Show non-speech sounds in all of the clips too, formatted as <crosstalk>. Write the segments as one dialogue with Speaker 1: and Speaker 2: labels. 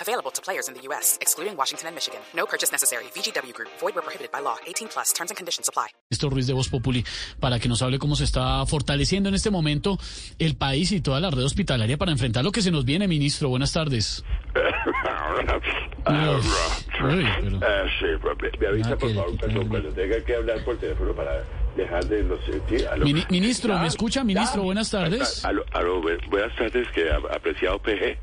Speaker 1: Available to players in the U.S., excluding Washington and Michigan. No purchase necessary. VGW Group, void were prohibited by law. 18 plus terms and conditions apply.
Speaker 2: Esto Ruiz de Voz Populi, para que nos hable cómo se está fortaleciendo en este momento el país y toda la red hospitalaria para enfrentar lo que se nos viene, ministro. Buenas tardes.
Speaker 3: <laughs> Ah,
Speaker 2: Uy, pero-
Speaker 3: ah, sí, pero me, me avisa
Speaker 2: Nada
Speaker 3: por
Speaker 2: que
Speaker 3: favor
Speaker 2: quitarle.
Speaker 3: cuando, cuando tenga que hablar por teléfono para dejar de los sentir. Aló.
Speaker 2: Mini- ministro, ¿me
Speaker 3: Ya,
Speaker 2: escucha,
Speaker 3: ya.
Speaker 2: ministro? Buenas tardes.
Speaker 3: Aló, aló, bu- buenas tardes, que a- apreciado <laughs> PG,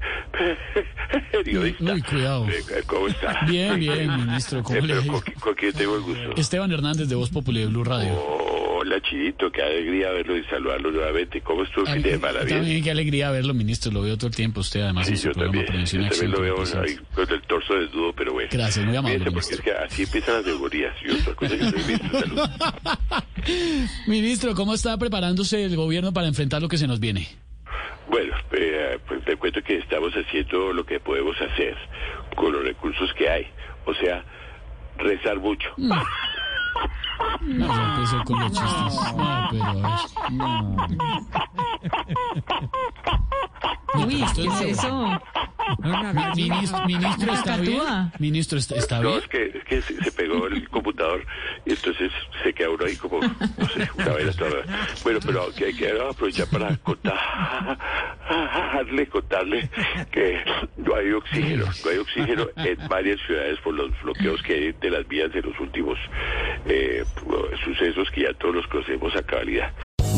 Speaker 3: periodista.
Speaker 2: Uy, cuidado.
Speaker 3: Eh, eh, ¿Cómo está?
Speaker 2: <laughs> Bien, bien, ministro, ¿cómo
Speaker 3: Eh,
Speaker 2: le
Speaker 3: pero
Speaker 2: ha ido?
Speaker 3: con, qui- con quién tengo el gusto?
Speaker 2: Esteban Hernández de Voz Populi de Blue
Speaker 3: Oh,
Speaker 2: Radio.
Speaker 3: Hola, Chinito, qué alegría verlo y saludarlo nuevamente. ¿Cómo estuvo el fin de semana? Bien.
Speaker 2: Ah, eh, También qué alegría verlo, ministro. Lo veo todo el tiempo. Usted, además,
Speaker 3: Sí,
Speaker 2: en su
Speaker 3: yo
Speaker 2: programa
Speaker 3: también,
Speaker 2: Prevención y
Speaker 3: yo también
Speaker 2: Accidente.
Speaker 3: lo veo
Speaker 2: Presente.
Speaker 3: ahí con el torso desnudo, pero bueno.
Speaker 2: Gracias, muy amable,
Speaker 3: Fíjense, porque es
Speaker 2: ministro.
Speaker 3: que así empiezan las neumonías. Yo, otra cosa que soy ministro de salud.
Speaker 2: <laughs> Ministro, ¿cómo está preparándose el gobierno para enfrentar lo que se nos viene?
Speaker 3: Bueno, eh, pues te cuento que estamos haciendo lo que podemos hacer con los recursos que hay. O sea, rezar mucho.
Speaker 2: No, ya empezó con los chistes. No, pero a ver. No. Uy,
Speaker 4: ¿Qué es eso?
Speaker 2: Ministro, ministro, ¿está bien?
Speaker 4: Cacatúa.
Speaker 2: Ministro, ¿está, está
Speaker 3: No,
Speaker 2: bien?
Speaker 3: es que, es que se se pegó el computador y entonces se queda uno ahí como, no sé, una vaina toda. Bueno, pero que hay que aprovechar para contarle, contarle que no hay oxígeno, no hay oxígeno en varias ciudades por los bloqueos que hay de las vías de los últimos eh, sucesos que ya todos los conocemos a cabalidad.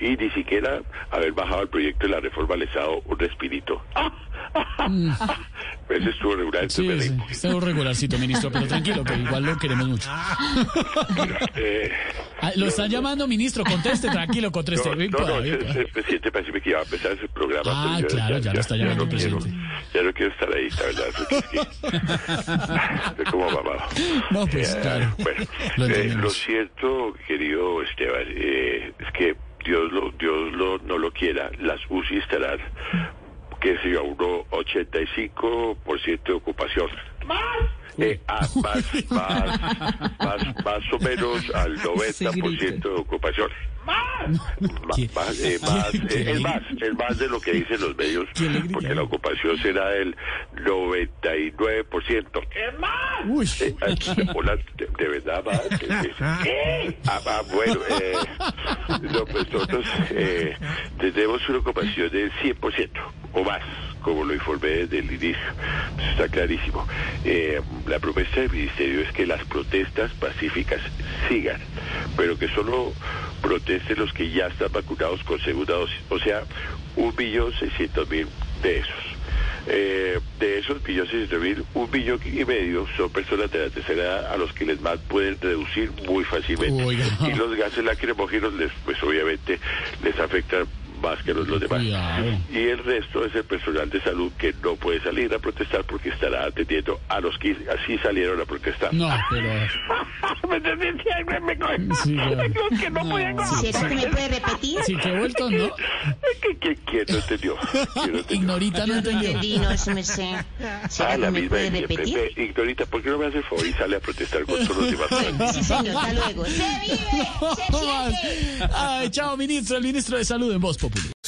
Speaker 3: y ni siquiera haber bajado el proyecto de la reforma les ha dado
Speaker 2: <laughs>
Speaker 3: un respirito. Ese estuvo regular,
Speaker 2: Sí,
Speaker 3: entonces me
Speaker 2: sí,
Speaker 3: reí.
Speaker 2: está un regularcito, ministro, pero tranquilo, que igual lo queremos
Speaker 3: <laughs>
Speaker 2: mucho.
Speaker 3: Eh,
Speaker 2: Ah, Lo están llamando, ministro, conteste, tranquilo, conteste.
Speaker 3: no,
Speaker 2: Ven
Speaker 3: no,
Speaker 2: para
Speaker 3: no,
Speaker 2: acá,
Speaker 3: el,
Speaker 2: ven para
Speaker 3: el presidente parece que iba a empezar ese programa.
Speaker 2: Ah,
Speaker 3: pero yo
Speaker 2: claro, ya lo está llamando
Speaker 3: no
Speaker 2: el
Speaker 3: quiero,
Speaker 2: presidente.
Speaker 3: ya no quiero estar ahí, la verdad. porque es
Speaker 2: <laughs>
Speaker 3: que- Estoy como mamado.
Speaker 2: acá. No, pues
Speaker 3: Eh,
Speaker 2: claro.
Speaker 3: Bueno,
Speaker 2: <laughs> Lo
Speaker 3: eh,
Speaker 2: entendemos.
Speaker 3: lo cierto, querido Esteban, eh, es que Dios lo, Dios lo, no lo quiera. Las UCI estarán, que se yo, a uno 85% de ocupación. ¡Más! más, más, más, más o menos al
Speaker 2: <laughs>
Speaker 3: 90% de ocupación. ¡Más!
Speaker 2: ¿Quién-
Speaker 3: Más, eh,
Speaker 2: <laughs>
Speaker 3: más,
Speaker 2: quién-
Speaker 3: eh,
Speaker 2: quién
Speaker 3: el
Speaker 2: le-
Speaker 3: más, el más de lo que dicen los medios,
Speaker 2: ¿Quién le grita?
Speaker 3: porque la ocupación será del 99%. ¡Es más!
Speaker 2: Uy,
Speaker 3: Eh, ah, hola, de, de verdad, va. eh, eh, ah, ah, bueno, eh, no, pues nosotros eh, tenemos una ocupación del 100% o más, como lo informé desde el inicio. Eso está clarísimo. Eh, la propuesta del ministerio es que las protestas pacíficas sigan, pero que solo protesten los que ya están vacunados con segunda dosis, o sea, 1.600.000 de esos. Eh, de esos millones mil, un millón y medio son personas de la tercera edad a los que les más pueden reducir muy fácilmente.
Speaker 2: Oiga.
Speaker 3: Y los gases lacrimógenos, les, pues obviamente, les afectan más que los, los demás.
Speaker 2: Cuidado.
Speaker 3: Y el resto es el personal de salud que no puede salir a protestar porque estará atendiendo a los que así salieron a protestar.
Speaker 2: no, pero...
Speaker 3: <laughs> ¿Me entendiste? Ay, me- me coge-
Speaker 2: Sí, claro.
Speaker 3: Dios, que no podía con-
Speaker 4: ¿Será que me puede repetir?
Speaker 2: Sí, qué vuelto, ¿no?
Speaker 3: <laughs> ¿Qué- qué- ¿Quién no entendió? ¿Quién
Speaker 2: <laughs>
Speaker 3: no entendió?
Speaker 2: Ignorita no entendió. <laughs>
Speaker 4: Entendí, no, eso me sé.
Speaker 3: Ah,
Speaker 4: ¿Será
Speaker 3: la
Speaker 4: que me
Speaker 3: misma
Speaker 4: puede
Speaker 3: de siempre.
Speaker 4: repetir?
Speaker 3: Ve, Ignorita, ¿por qué no me hace el favor y sale a protestar con
Speaker 4: <laughs>
Speaker 3: todos los demás?
Speaker 4: Sí, señor, hasta luego. ¡Se vive! ¡Se siente!
Speaker 2: Ay, chao, ministro, el ministro de Salud en Voz Populi.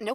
Speaker 1: No